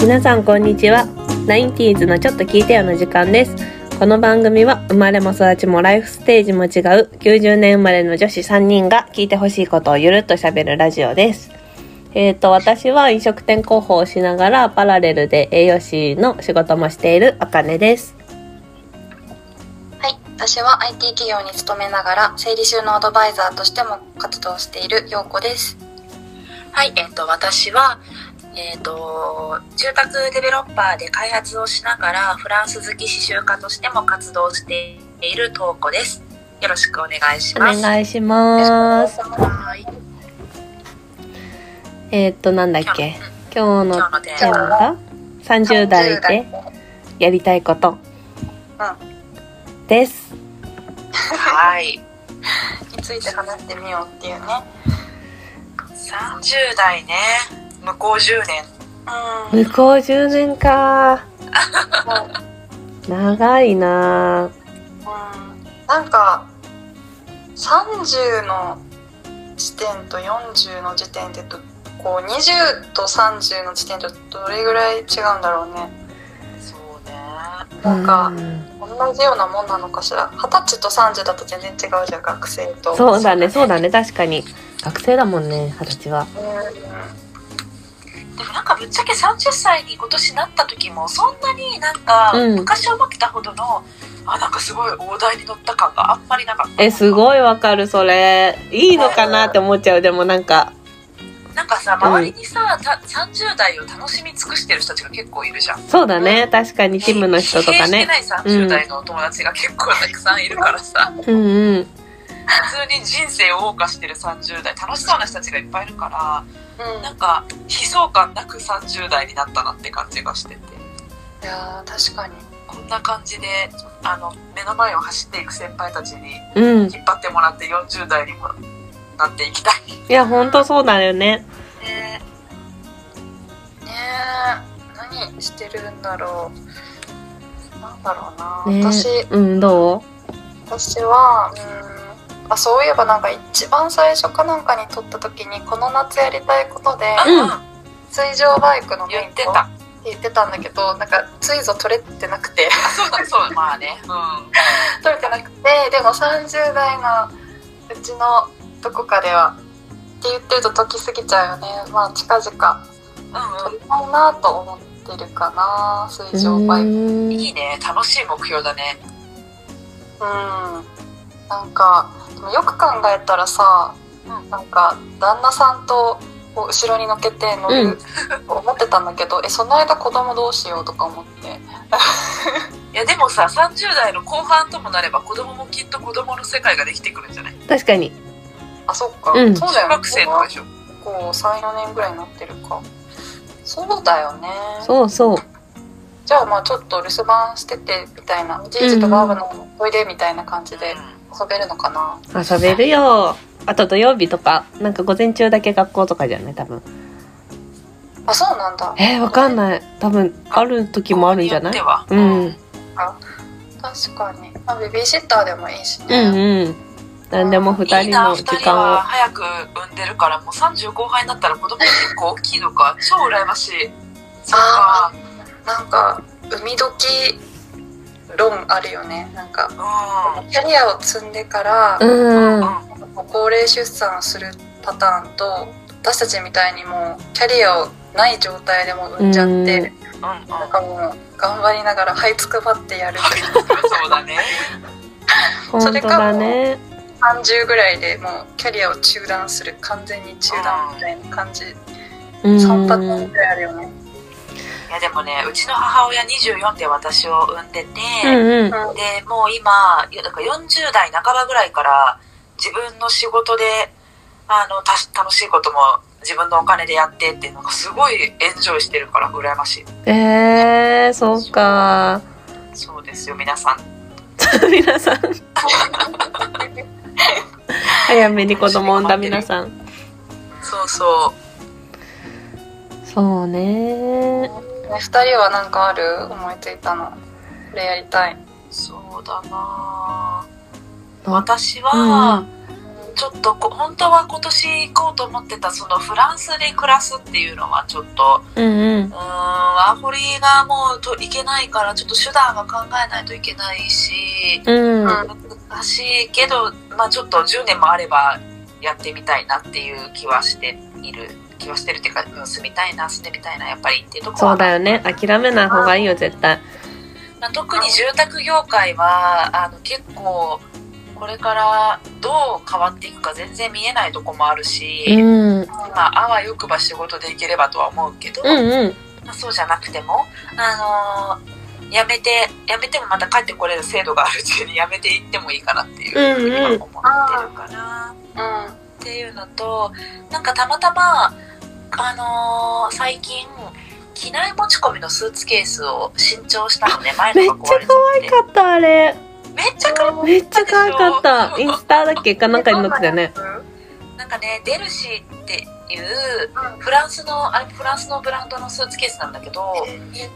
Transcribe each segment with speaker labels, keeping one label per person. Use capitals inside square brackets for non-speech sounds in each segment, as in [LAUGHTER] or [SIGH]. Speaker 1: 皆さんこんにちはナインティーズのちょっと聞いてよの時間ですこの番組は生まれも育ちもライフステージも違う90年生まれの女子3人が聞いてほしいことをゆるっと喋るラジオですえー、と私は飲食店広報をしながらパラレルで栄養士の仕事もしているあかねです
Speaker 2: はい、私は IT 企業に勤めながら整理収納アドバイザーとしても活動している陽子です。
Speaker 3: はい、えっ、と、私は、えっ、と、住宅デベロッパーで開発をしながら、フランス好き刺繍家としても活動しているトーコです。よろしくお願いし
Speaker 1: お
Speaker 3: ます。
Speaker 1: 願いします
Speaker 3: はい。
Speaker 1: えっ、となんだっ
Speaker 3: 今日の
Speaker 1: け今日の
Speaker 3: 今日のテ
Speaker 1: テー
Speaker 3: ー
Speaker 1: マ
Speaker 3: マ
Speaker 1: が30代でやりたいことです
Speaker 3: はい。
Speaker 2: について話してみようっていうね。
Speaker 3: 30代ね。向こう10年。
Speaker 2: うん。
Speaker 1: 向こう10年か長いな
Speaker 2: うん、なんか30の時点と40の時点でとこう20と30の時点とどれぐらい違うんだろうね。
Speaker 3: そうね。
Speaker 2: なん
Speaker 1: う
Speaker 2: か
Speaker 1: ん
Speaker 2: 同じようなもんなのかしら。二十歳と30だと全然違うじゃん学生と。
Speaker 1: そうだねそうだね確かに学生だもんね二十歳は
Speaker 2: う
Speaker 3: でもなんかぶっちゃけ30歳に今年なった時も、そんなになんか、
Speaker 1: うん
Speaker 3: 昔思ってたほどの、あ、なんかすごい大台に乗った感があんまりなかった。
Speaker 1: えすごいわかるそれいいのかなって思っちゃうでもなんか
Speaker 3: なんかさ周りにさ、た30代を楽しみ尽くしてる人たちが結構いるじゃん
Speaker 1: そうだね確かにチームの人とか
Speaker 3: して
Speaker 1: ね
Speaker 3: ない30代のお友達が結構たくさんいるからさ、
Speaker 1: うんうん
Speaker 3: 普通に人生を謳歌してる30代楽しそうな人たちがいっぱいいるから
Speaker 2: ん。うん
Speaker 3: なんか悲壮感なく30代になったなって感じがしてて
Speaker 2: いやー確かに
Speaker 3: こんな感じであの目の前を走っていく先輩たちに
Speaker 1: うん
Speaker 3: 引っ張ってもらって40代にもなっていきたい
Speaker 1: いやほんとそうだよね
Speaker 3: ね
Speaker 2: ねえ何してるんだろうなんだろうな、
Speaker 1: ね
Speaker 2: 私
Speaker 1: うんど
Speaker 2: 私はうんあそういえばなんか一番最初かなんかに撮った時にこの夏やりたいことで
Speaker 1: うん
Speaker 2: 水上バイクの
Speaker 3: 言
Speaker 2: 免
Speaker 3: って
Speaker 2: 許
Speaker 3: た
Speaker 2: って言ってたんだけどなんかついぞ取れてなくて
Speaker 3: あそうだそうだまあねう
Speaker 2: [LAUGHS]
Speaker 3: ん
Speaker 2: 取れてなくてでも30代のうちのどこかではって言ってると時過ぎちゃうよねまあ近々
Speaker 3: うんうん
Speaker 2: 撮りたいなと思ってるかな
Speaker 1: う
Speaker 2: 水上バイク。
Speaker 1: う
Speaker 3: いいね、楽しい目標だね。
Speaker 2: うん、なんかでもよく考えたらさ、
Speaker 3: うん
Speaker 2: なんか旦那さんとこう後ろに乗っけて乗る、思ってたんだけどえその間子供どうしようとか思って
Speaker 3: いやでもさ、30代の後半ともなれば子供もきっと子供の世界ができてくるんじゃない
Speaker 1: 確かに
Speaker 2: あそっか、
Speaker 1: うん
Speaker 2: そうだ
Speaker 3: 小
Speaker 2: よ
Speaker 3: 学生とかでしょ。
Speaker 2: こう34年ぐらいになってるかそうだよね
Speaker 1: そうそう
Speaker 2: じゃあまあちょっと留守番しててみたいなじいじとばあばのおいでみたいな感じで遊べるのかな、
Speaker 1: 遊べるよあと土曜日とかなんか午前中だけ学校とかじゃない多分
Speaker 2: あそうなんだ
Speaker 1: えー、わかんない多分ある時もあるんじゃな
Speaker 3: 子
Speaker 1: い
Speaker 3: によって
Speaker 1: う
Speaker 3: は
Speaker 1: ん、う
Speaker 3: うんん
Speaker 2: 確かに、まあ、ベビーシッターでもいいしね、
Speaker 1: うんなんでも二
Speaker 3: いい
Speaker 1: 人
Speaker 3: な、
Speaker 1: の
Speaker 3: 2
Speaker 1: 時
Speaker 3: 人
Speaker 1: 間を
Speaker 3: は早く産んでるから、もう30後半になったら子供結構大きいのか、超羨ましい。そうか、
Speaker 2: なんか海時論あるよねなんか
Speaker 3: う
Speaker 2: キャリアを積んでから
Speaker 1: うん
Speaker 3: ん。
Speaker 1: うん
Speaker 3: うん
Speaker 2: 高齢出産をするパターンと私たちみたいにもうキャリアをない状態でも産んじゃって
Speaker 3: うん
Speaker 2: なんかもう頑張りながら這いつくばってやる
Speaker 3: そうだね。
Speaker 1: 本当
Speaker 2: それかも
Speaker 1: だね
Speaker 2: 30ぐらいでもうキャリアを中断する完全に中断みたいな感じ
Speaker 1: うん
Speaker 2: 3パターンぐらいあるよね
Speaker 3: いやでもね、うちの母親24で私を産んでて、
Speaker 1: うんうん
Speaker 3: でもう今なんか40代半ばぐらいから自分の仕事であのたし楽しいことも自分のお金でやってっていうのがすごいエンジョイしてるから羨ましい
Speaker 1: えー、そうか
Speaker 3: そうですよ皆さん
Speaker 1: 皆さん早めに子供を産んだ皆さん
Speaker 3: そうそ
Speaker 1: そうね
Speaker 2: 2人は何かある思いついたのこれやりたいう
Speaker 3: そうだなあ
Speaker 1: うん
Speaker 3: 私は、
Speaker 2: うん
Speaker 3: ちょっとこ本当は今年行こうと思ってたそのフランスで暮らすっていうのはちょっと
Speaker 1: うんうん
Speaker 3: うーんワーホリがもうと行けないからちょっと手段が考えないといけないし
Speaker 1: うん
Speaker 3: 難しいけど、まあ、ちょっと10年もあればやってみたいなっていう気はしている気はしてるっていうか、うん住みたいな住んでみたいなやっぱりっていうところ
Speaker 1: そ
Speaker 3: は
Speaker 1: うだよね諦めない方がいいよ絶対
Speaker 3: まあ、特に住宅業界はあの結構これからどう変わっていくか全然見えないとこもあるし、
Speaker 1: うんうん
Speaker 3: まあ、あわよくば仕事で行ければとは思うけど、
Speaker 1: うん
Speaker 3: まあ、そうじゃなくても、あのー辞めて辞めてもまた帰ってこれる制度があるうちに辞めていってもいいかなっていうふうには思ってるかな、っていうのとなんかたまたま、あのー最近機内持ち込みのスーツケースを新調したのね前
Speaker 1: めっち
Speaker 3: の
Speaker 1: ゃ
Speaker 3: が壊れちゃ
Speaker 1: 可
Speaker 3: っ
Speaker 1: 愛
Speaker 3: て
Speaker 1: かったあれ
Speaker 3: めっちゃ可愛い
Speaker 1: めっちゃ可愛かった
Speaker 3: で
Speaker 1: イ
Speaker 3: しょ
Speaker 1: ンスタだっけかなんかに載ってたよね
Speaker 3: なんかねデルシーっていうフランスのあれフランスのブランドのスーツケースなんだけど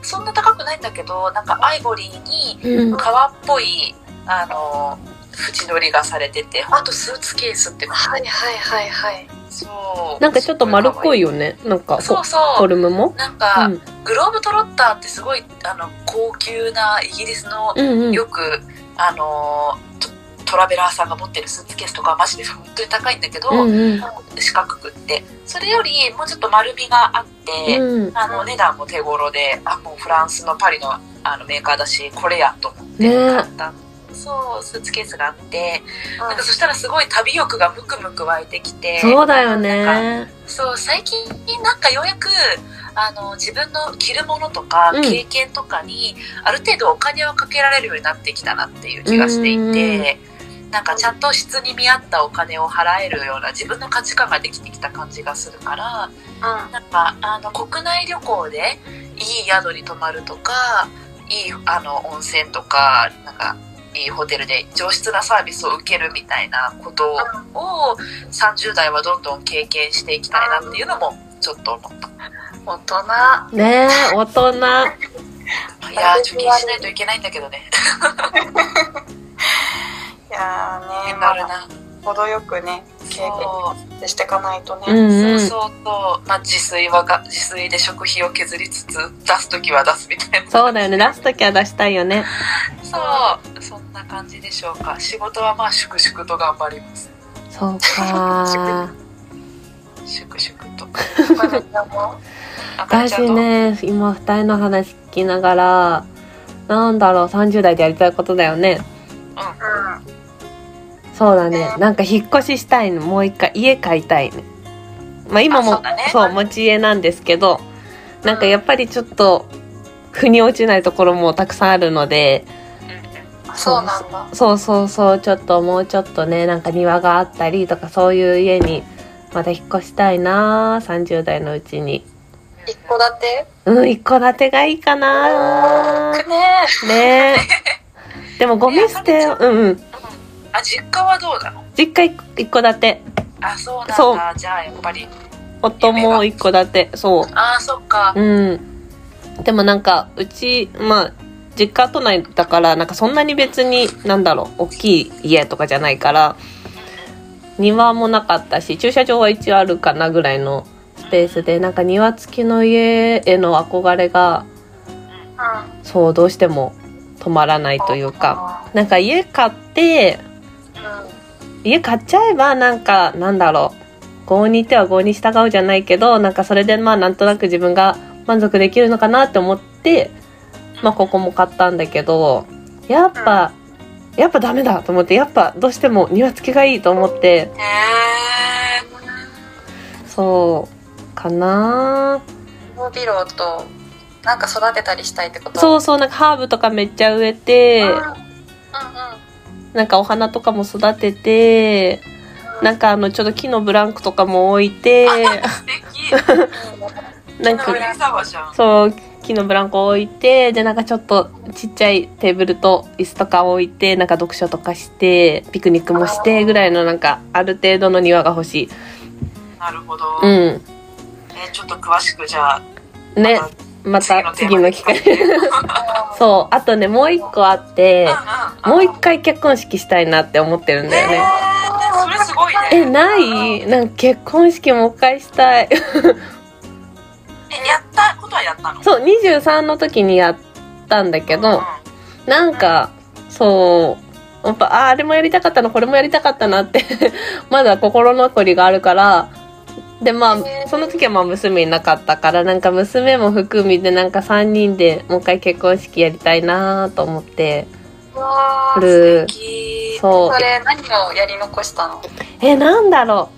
Speaker 3: そんな高くないんだけどなんかアイボリーに
Speaker 1: うん
Speaker 3: 革っぽいあの縁取りがされててほんとスーツケースって感
Speaker 2: はいはいはいはい。
Speaker 3: じそう
Speaker 1: なんかちょっと丸っこいよねなんか
Speaker 3: そう
Speaker 1: フ
Speaker 3: そ
Speaker 1: ォ
Speaker 3: う
Speaker 1: ルムも
Speaker 3: なんか、
Speaker 1: うん
Speaker 3: グローブトロッターってすごいあの高級なイギリスの
Speaker 1: うんうん
Speaker 3: よく、あのトトラベラーさんが持ってるスーツケースとかはマジで本当に高いんだけど、
Speaker 1: うんうん
Speaker 3: 四角くってそれよりもうちょっと丸みがあって、
Speaker 1: うん
Speaker 3: あのお値段も手頃であもうフランスのパリのあのメーカーだしこれやと思って
Speaker 1: ねえ
Speaker 3: 買った、そうスーツケースがあってなんかそしたらすごい旅欲がムクムク湧いてきて
Speaker 1: そうだよ
Speaker 3: なんか
Speaker 1: ね
Speaker 3: そう最近なんかようやくあの自分の着るものとか
Speaker 1: うん
Speaker 3: 経験とかに、ある程度お金をかけられるようになってきたなっていう気がしていて。なんかちゃんと質に見合ったお金を払えるような自分の価値観ができてきた感じがするからなんかあの国内旅行でいい宿に泊まるとかいいあの温泉とかなんかいいホテルで上質なサービスを受けるみたいなことをを30代はどんどん経験していきたいなっていうのもちょっと思った。
Speaker 2: 大人。
Speaker 1: ねえ大人
Speaker 3: いやー、貯金しないといけないんだけどね。
Speaker 2: いやーね、
Speaker 3: なるな。
Speaker 2: 程よくね、経
Speaker 3: そ
Speaker 2: 験していかないとね。
Speaker 1: うん
Speaker 3: うそううんそうそう。まあ、自炊はが、自炊で食費を削りつつ、出すときは出すみたいな。
Speaker 1: そうだよね出す時は出したいよね
Speaker 3: そう。そんな感じでしょうか。仕事はまあ、粛々と頑張ります。
Speaker 1: そうか
Speaker 3: 粛々と。
Speaker 2: これからも
Speaker 3: あかねちゃん
Speaker 1: 私
Speaker 3: どう
Speaker 1: ね今二人の話聞きながらなんだろう30代でやりたいことだよね
Speaker 2: うん
Speaker 1: そうだねなんか引っ越ししたいのもう一回家買いたいねまあ今も
Speaker 3: あ
Speaker 1: そ
Speaker 3: そう
Speaker 1: う,、
Speaker 3: だね
Speaker 1: 持ち家なんですけどなんかやっぱりちょっと腑に落ちないところもたくさんあるので
Speaker 2: そうなんだ。
Speaker 1: そうそうそうちょっともうちょっとねなんか庭があったりとかそういう家にまた引っ越したいなあ30代のうちに
Speaker 2: 一戸建て
Speaker 1: うん一戸建てがいいか
Speaker 3: [LAUGHS]
Speaker 1: なあ
Speaker 2: くね
Speaker 1: ねえでもゴミ捨てうんうん
Speaker 3: うんあ、実家はどうなの
Speaker 1: 実家一戸建て
Speaker 3: あ、そうなん
Speaker 1: そう
Speaker 3: だ。じゃあ、やっぱり。
Speaker 1: 夫も一戸建てそう
Speaker 3: あー、そっか。
Speaker 1: うん。でもなんか、うち、まあ、実家都内だから、なんかそんなに別に、なんだろう、大きい家とかじゃないから、庭もなかったし、駐車場は一応あるかなぐらいのスペースで、なんか庭付きの家への憧れが、
Speaker 2: うん。
Speaker 1: そう、どうしても止まらないというか、なんか家買って、
Speaker 2: う。
Speaker 1: 家買っちゃえばなんかなんだろう合に手は合に従うじゃないけどなんかそれでまあなんとなく自分が満足できるのかなって思ってまあここも買ったんだけどやっぱ、やっぱダメだと思ってやっぱどうしても庭付きがいいと思って
Speaker 3: へえ。
Speaker 1: そうかなん
Speaker 2: ボビローと、なんか育てたりしたいってこと
Speaker 1: そうそうなんかハーブとかめっちゃ植えて
Speaker 2: うんうんうん。
Speaker 1: なんかお花とかも育ててなんかあのちょっと木のブランクとかも置いて
Speaker 3: 素
Speaker 1: [LAUGHS]
Speaker 3: 敵。
Speaker 1: なん
Speaker 3: こ
Speaker 1: か
Speaker 3: れ沢じゃん。
Speaker 1: そう木のブランコを置いてでなんかちょっとちっちゃいテーブルと椅子とか置いてなんか読書とかしてピクニックもしてぐらいのなんかある程度の庭が欲しい
Speaker 3: なるほど。
Speaker 1: う
Speaker 3: え
Speaker 1: ん
Speaker 3: ーちょっと詳しくじゃあ。
Speaker 1: ね
Speaker 3: ま
Speaker 1: また次の機会 [LAUGHS] そうあとねもう一個あって
Speaker 3: たうんうん
Speaker 1: もう一回結婚式したいなって思ってるんだよね
Speaker 3: えーそれすごいね。
Speaker 1: え、ないなんか結婚式もう一回したい。 [LAUGHS]
Speaker 3: えやったことはやったの。
Speaker 1: そう、23の時にやったんだけ
Speaker 3: うん
Speaker 1: ど、なんか、そう、やっぱ、ああれもやりたかったな、これもやりたかったなって、 [LAUGHS] まだ心残りがあるから、で、ま
Speaker 3: へ
Speaker 1: あ、
Speaker 3: ー
Speaker 1: その時はまあ娘いなかったから、なんか娘も含みで、なんか3人でもう一回結婚式やりたいなと思って
Speaker 2: わー
Speaker 1: る
Speaker 3: 素。敵
Speaker 1: そう
Speaker 2: そ。れ何をやり残したの
Speaker 1: え、なんだろ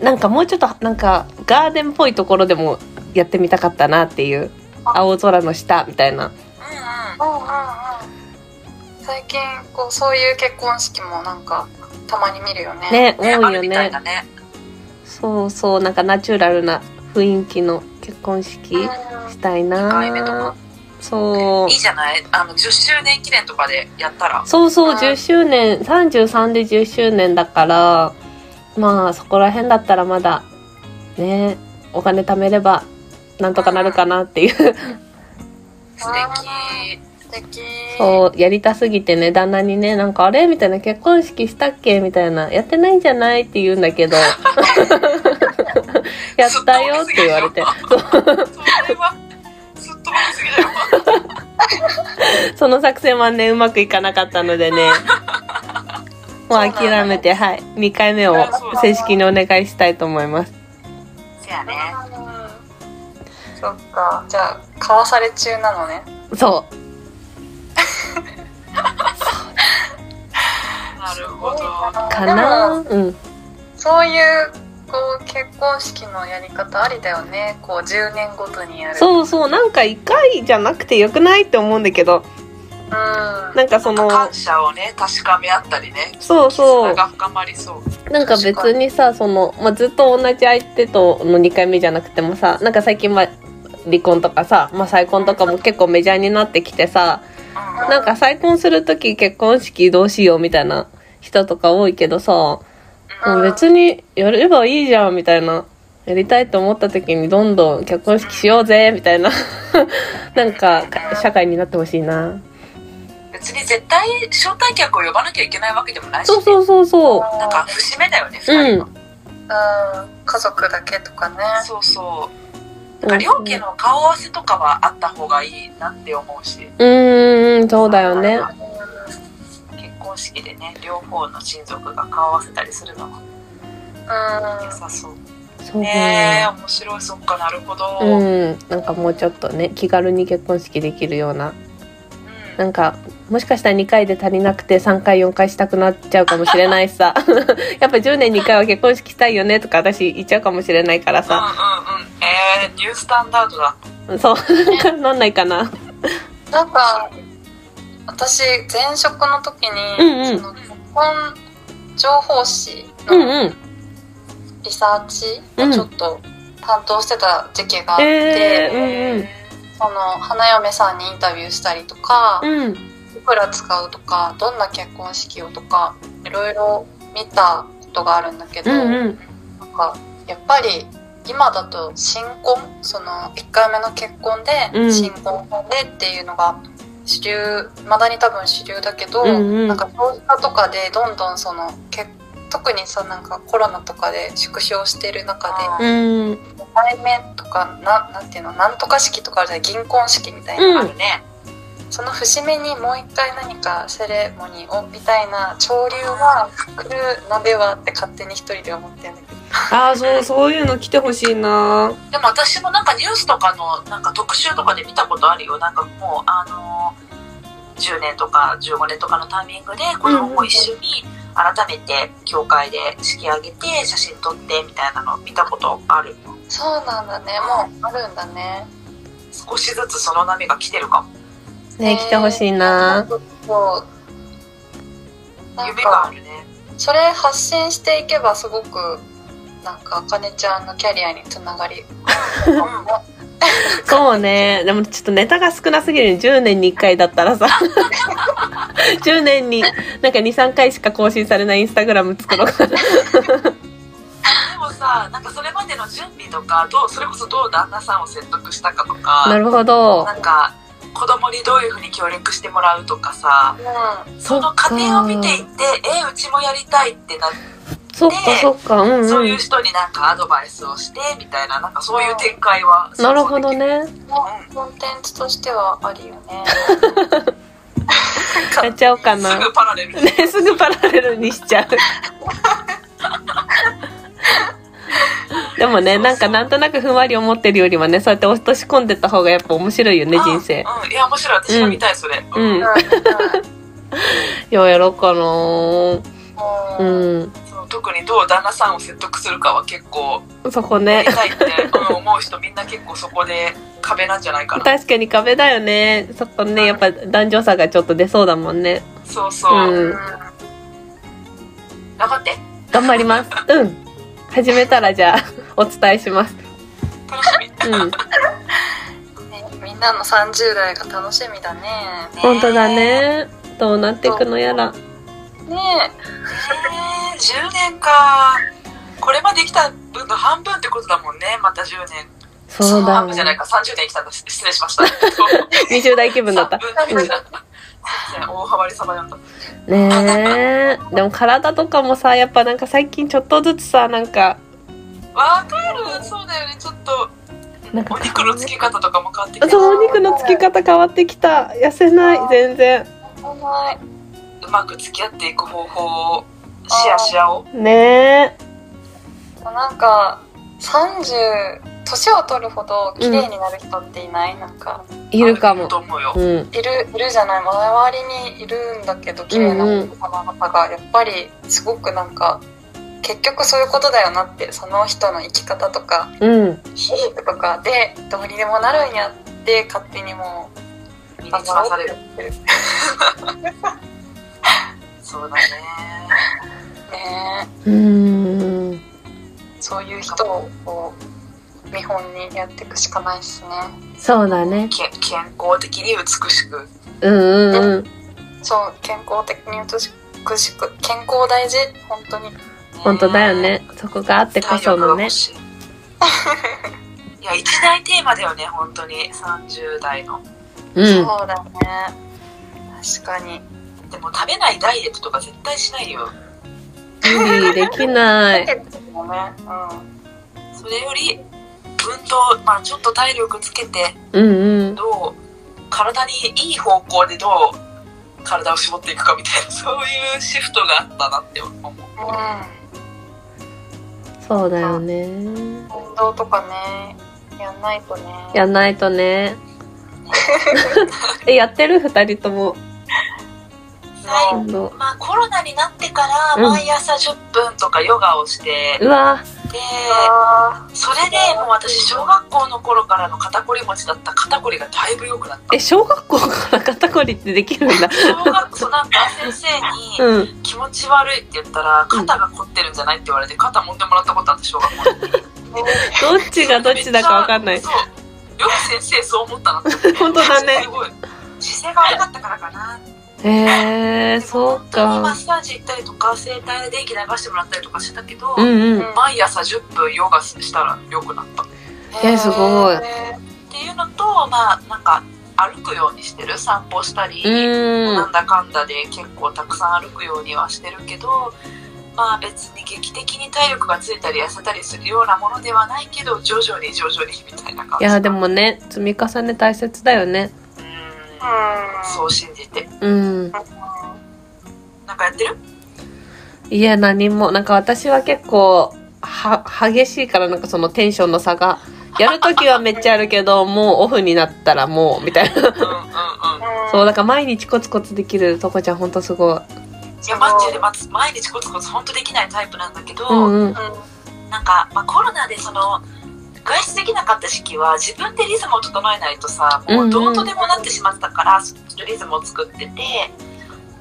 Speaker 1: う。なんかもうちょっと、なんかガーデンっぽいところでもやってみたかったなっていう。青空の下みたいな。
Speaker 3: うん
Speaker 2: うんうんうん最近こうそういう結婚式もなんかたまに見るよね
Speaker 1: ね、
Speaker 3: うん。
Speaker 1: 多
Speaker 3: あ
Speaker 1: いよ
Speaker 3: るみたい
Speaker 1: ね
Speaker 3: だ。ね。
Speaker 1: そうそう、なんかナチュラルな雰囲気の結婚式。
Speaker 2: うん
Speaker 1: したいな
Speaker 3: 二回目とか。
Speaker 1: そう
Speaker 3: いいじゃない。あの10周年記念とかでやったら。
Speaker 1: そうそう
Speaker 2: あー
Speaker 1: 10周年33で10周年だからまあそこら辺だったらまだねお金貯めればなんとかなるかなっていう
Speaker 3: 素敵。
Speaker 2: 素敵
Speaker 1: そうやりたすぎてね旦那にねなんかあれみたいな結婚式したっけみたいなやってないんじゃないって言うんだ [LAUGHS] けどやったよって言われて
Speaker 3: それはすっとばきすぎだよ。
Speaker 1: その作戦はねうまくいかなかったのでねもう諦めてはい2回目を正式にお願いしたいと思います
Speaker 3: せやね。
Speaker 2: うんそっかじゃあ買わされ中なのね
Speaker 1: そう
Speaker 3: なるほど。
Speaker 1: か
Speaker 2: で
Speaker 1: な
Speaker 2: も
Speaker 1: うん
Speaker 2: そういうこう結婚式のやり方ありだよねこう10年ごとにやるう
Speaker 1: そうそうなんか1回じゃなくてよくないって思うんだけど
Speaker 2: ん
Speaker 1: なんかその
Speaker 3: 感謝をね確かめ合ったりね。
Speaker 1: そうそ
Speaker 3: 絆
Speaker 1: う
Speaker 3: が深まりそう。
Speaker 1: なんか別にさその、まあ、ずっと同じ相手との2回目じゃなくてもさなんか最近まあ離婚とかさ、まあ、再婚とかも結構メジャーになってきてさ
Speaker 3: うん
Speaker 1: なんか再婚する時結婚式どうしようみたいな人とか多いけどさもう別にやればいいじゃんみたいなやりたいと思った時にどんどん結婚式しようぜみたいな [LAUGHS] なんか社会になってほしいな
Speaker 3: 別に絶対招待客を呼ばなきゃいけないわけでもないし、ね。
Speaker 1: そうそうそうそう
Speaker 3: なんか節目だよ
Speaker 1: うん
Speaker 3: ね。二人は
Speaker 2: うん家族だけとかね
Speaker 3: そうそう。なんか両家の顔合わせとかはあった方がいいなって思うし。
Speaker 1: うーん、そうだよね。
Speaker 3: 結婚式でね両方の親族が顔合わせたりするのも良
Speaker 2: う
Speaker 3: さそう
Speaker 1: そうだ
Speaker 3: ねえ
Speaker 1: よね。
Speaker 3: 面白いそっかなるほど、
Speaker 1: う
Speaker 3: うん
Speaker 1: ん、なんかもうちょっとね、気軽に結婚式できるような。なんか、もしかしたら2回で足りなくて3回4回したくなっちゃうかもしれないしさ。 [LAUGHS] やっぱ10年に1回は結婚式したいよねとか私言っちゃうかもしれないからさ。
Speaker 3: うんうんうんえー、ニュースタンダードだ
Speaker 1: そう、なんかなんないかな。
Speaker 2: んなんか私前職の時に、
Speaker 1: うんうん
Speaker 2: その結婚情報誌
Speaker 1: うん
Speaker 2: の
Speaker 1: うん。
Speaker 2: リサーチをちょっと担当してた時期があって、
Speaker 1: え
Speaker 2: その花嫁さんにインタビューしたりとか、
Speaker 1: うん。
Speaker 2: いくら使うとかどんな結婚式をとかいろいろ見たことがあるんだけ
Speaker 1: う
Speaker 2: ど、
Speaker 1: んうん。
Speaker 2: なんかやっぱり今だと新婚その1回目の結婚
Speaker 1: うん
Speaker 2: で新婚でっていうのが主流まだに多分主流だけど、
Speaker 1: うんうん
Speaker 2: なんか少子化とかでどんどんその結特にさなんかコロナとかで縮小してる中
Speaker 3: あ
Speaker 2: で
Speaker 1: うん。
Speaker 2: 5回目とかななんていうのなんとか式とかあるじゃん銀婚式みたいな、
Speaker 1: うん
Speaker 3: あるね
Speaker 2: その節目にもう一回何かセレモニーをみたいな潮流は来る鍋はって勝手に一人で思ってるんだけど
Speaker 1: ああ、そう、そういうの来てほしいな。
Speaker 3: でも私もなんかニュースとかのなんか特集とかで見たことあるよなんかもうあのー10年とか15年とかのタイミングで子供も一緒に改めて教会で式上げて写真撮ってみたいなの見たことある
Speaker 2: そうなんだねもうあるんだね
Speaker 3: 少しずつその波が来てるかも
Speaker 1: ね、来てほしいな。
Speaker 2: そうなん
Speaker 3: 夢があ
Speaker 2: か
Speaker 3: るね
Speaker 2: それ発信していけばすごくなんかあかねちゃんのキャリアにつながり
Speaker 3: うん
Speaker 1: そうね。でもちょっとネタが少なすぎるね。10年に1回だったらさ。10年になんか2、3回しか更新されないインスタグラム作ろうかな。
Speaker 3: でもさなんかそれまでの準備とかどうそれこそどう旦那さんを説得したかとか
Speaker 1: なるほど
Speaker 3: な。んか子供にどういうふうに協力してもらうとかさ
Speaker 2: うん
Speaker 3: その過程を見ていってえうちもやりたいってな
Speaker 1: そっかそっか、うん
Speaker 3: そう
Speaker 1: う。
Speaker 3: いうん人になんかアドバイスをしてみたいななんかそういう展開は
Speaker 1: なるほどね。
Speaker 3: う
Speaker 2: コンテンツとしてはありよ
Speaker 1: [LAUGHS]
Speaker 2: ね。
Speaker 3: ん
Speaker 1: やっちゃおうかな
Speaker 3: す。ぐパラレル
Speaker 1: ね、すぐパラレルにしちゃ
Speaker 3: [LAUGHS]
Speaker 1: う。でもね、なんかなんとなくふんわり思ってるよりはね、そうやって落とし込んでった方がやっぱ面白いよね、人生。
Speaker 3: うんいや面白い私も見たいそれ
Speaker 1: うん
Speaker 2: うん
Speaker 1: ようやろうかな
Speaker 2: うん
Speaker 1: うん。
Speaker 3: そう特にどう旦那さんを説得するかは結構
Speaker 1: そこ
Speaker 3: や
Speaker 1: ね
Speaker 3: り。たいってうん思う人みんな結構そこで壁なんじゃな
Speaker 1: [LAUGHS]
Speaker 3: いかな
Speaker 1: 確かに壁だよね。そこね、やっぱ男女差がちょっと出そうだもんね。
Speaker 3: そうそう、
Speaker 1: うん
Speaker 3: 頑張って
Speaker 1: 頑張ります。うん。始めたらじゃあ、お伝えします。
Speaker 3: 楽しみ [LAUGHS]
Speaker 1: うん。
Speaker 2: ねみんなの30代が楽しみだね。
Speaker 1: 本当だね。どうなっていくのやら。
Speaker 2: ね
Speaker 3: えー、10年かこれまで生きた分の半分ってことだもんねまた10年
Speaker 1: そうだ
Speaker 3: 半分じゃない
Speaker 1: ね。
Speaker 3: か30年生きたんだ失礼
Speaker 1: [LAUGHS]
Speaker 3: しました
Speaker 1: 20代気分だった。
Speaker 3: 3分
Speaker 1: うん
Speaker 3: だったすいません [LAUGHS] 大幅にさば読んだ
Speaker 1: ねえでも体とかもさやっぱなんか最近ちょっとずつさなんか
Speaker 3: わかるそうだよねちょっと
Speaker 1: なんか
Speaker 3: お肉のつき方とかも変わってき
Speaker 1: あ
Speaker 3: て
Speaker 1: そうお肉のつき方変わってきた痩せない全然
Speaker 2: は
Speaker 3: うまく付き合っていく方法をシェアし合おう
Speaker 1: ね
Speaker 2: い。なんか、30、年を取るほど綺麗になる人っていない、なんか、
Speaker 1: えいるかも
Speaker 3: と思うよ、
Speaker 1: うん
Speaker 2: いる、いるじゃない、周りにいるんだけど、綺麗な方々が、やっぱり、すごくなんか、結局そういうことだよなって、その人の生き方とか、
Speaker 1: うん
Speaker 2: シェイプとかで、どうにでもなるんやって、勝手にもう、
Speaker 3: 身につま
Speaker 1: [LAUGHS]
Speaker 3: される
Speaker 2: ってる。
Speaker 3: そうだね
Speaker 2: ね
Speaker 1: うーん
Speaker 2: そういう人をこう見本にやっていくしかないですね
Speaker 1: そうだね
Speaker 3: け健康的に美しく
Speaker 1: うんうんうん
Speaker 2: そう健康的に美しく健康大事本当に
Speaker 1: 本当だよねそこがあってこそのね
Speaker 3: 体力が欲 [LAUGHS] しいいや一大テーマだよね本当に30代の
Speaker 1: うん
Speaker 2: そうだね確かに
Speaker 3: でも食べないダイエットとか絶対しないよ
Speaker 1: 無理できない
Speaker 2: でもねうん
Speaker 3: それより運動まあちょっと体力つけて
Speaker 1: うんうん
Speaker 3: どう体にいい方向でどう体を絞っていくかみたいな [LAUGHS] そういうシフトがあったなって思う
Speaker 1: そうだよね
Speaker 2: うん運動とかねやんないとね
Speaker 1: やんないとね [LAUGHS] えやってる二人とも
Speaker 3: 最
Speaker 1: 運動
Speaker 3: まあコロナになってから
Speaker 1: うん
Speaker 3: 毎朝10分とかヨガをして、
Speaker 1: うわ
Speaker 3: で
Speaker 2: あ
Speaker 3: それでもう私小学校の頃からの肩こり持ちだった肩こりがだいぶ良くなった
Speaker 1: え小学校から肩こりってできるんだ
Speaker 3: 小学校なんか先生に
Speaker 1: うん
Speaker 3: 「気持ち悪い」って言ったら「肩が凝ってるんじゃない?」って言われて肩揉んでもらったことあった小学校
Speaker 1: [LAUGHS]
Speaker 3: の時
Speaker 1: どっちがどっちだかわかんない
Speaker 3: そうよく先生そう思ったなって思って
Speaker 1: [LAUGHS] 本当だね
Speaker 3: すごい姿勢が悪かったからかな
Speaker 1: へえ
Speaker 3: でも
Speaker 1: そう
Speaker 3: 本当にマッ
Speaker 1: か
Speaker 3: サージ行ったりとか整体で電気流してもらったりとかしてたけど、
Speaker 1: うんうん
Speaker 3: 毎朝10分ヨガしたら良くなったっ
Speaker 2: ー
Speaker 1: えすごい
Speaker 2: へ
Speaker 3: ていうのとまあなんか歩くようにしてる散歩したり、
Speaker 1: う
Speaker 3: なんんだかんだで結構たくさん歩くようにはしてるけどまあ別に劇的に体力がついたり痩せたりするようなものではないけど徐々に徐々にみたいな感
Speaker 1: い
Speaker 3: じ
Speaker 1: やでもね積み重ね大切だよね
Speaker 3: う
Speaker 2: ー
Speaker 3: ん
Speaker 2: うん
Speaker 3: そう信じて
Speaker 1: うん
Speaker 3: なんかやっ
Speaker 1: [LAUGHS]
Speaker 3: てる
Speaker 1: いや何もなんか私は結構は激しいからなんかそのテンションの差がやるときはめっちゃあるけどもうオフになったらもうみたいな
Speaker 3: うんうんうん
Speaker 2: うん
Speaker 1: そうだから毎日コツコツできるとこちゃんほんとすごい
Speaker 3: いやマッチでまつ毎日コツコツ本当できないタイプなんだけど、
Speaker 1: うんうん
Speaker 2: う
Speaker 3: なんか、まあ、コロナでその外出できなかった時期は自分でリズムを整えないとさもうどうとでもなってしまったから、そのリズムを作ってて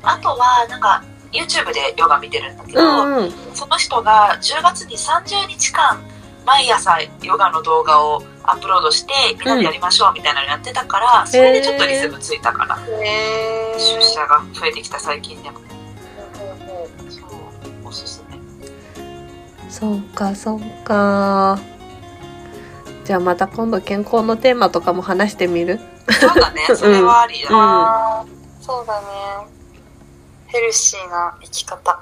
Speaker 3: あとはなんか YouTube でヨガ見てるんだけ
Speaker 1: う
Speaker 3: ど、
Speaker 1: んうん
Speaker 3: その人が10月に30日間毎朝ヨガの動画をアップロードしてみんなでやりましょうみたいなのやってたから、それでちょっとリズムついたかな、
Speaker 2: んへー
Speaker 3: 出社が増えてきた最近でもそうおすすめ
Speaker 1: そうかそうかじゃあまた今度健康のテーマとかも話してみる
Speaker 3: そうだねそれはありだな、
Speaker 2: あーそうだねヘルシーな生き方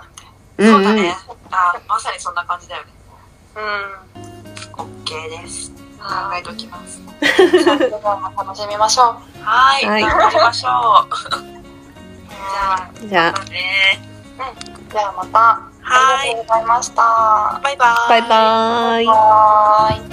Speaker 2: みたいな
Speaker 1: うん
Speaker 3: そうだね。あまさにそんな感じだよね。
Speaker 2: うん。
Speaker 3: OK です。考
Speaker 2: は
Speaker 3: えておきます。
Speaker 2: い。では楽しみましょう。
Speaker 3: はい、
Speaker 1: はい
Speaker 3: 頑張りましょう。 [LAUGHS]
Speaker 2: じ
Speaker 3: じゃあ、
Speaker 1: じゃ
Speaker 3: またね。
Speaker 2: じゃあまた。
Speaker 3: は
Speaker 2: あり
Speaker 3: い
Speaker 2: がとうございました。
Speaker 3: バイバーイ。
Speaker 1: あ、バイバーイ。
Speaker 2: はーい。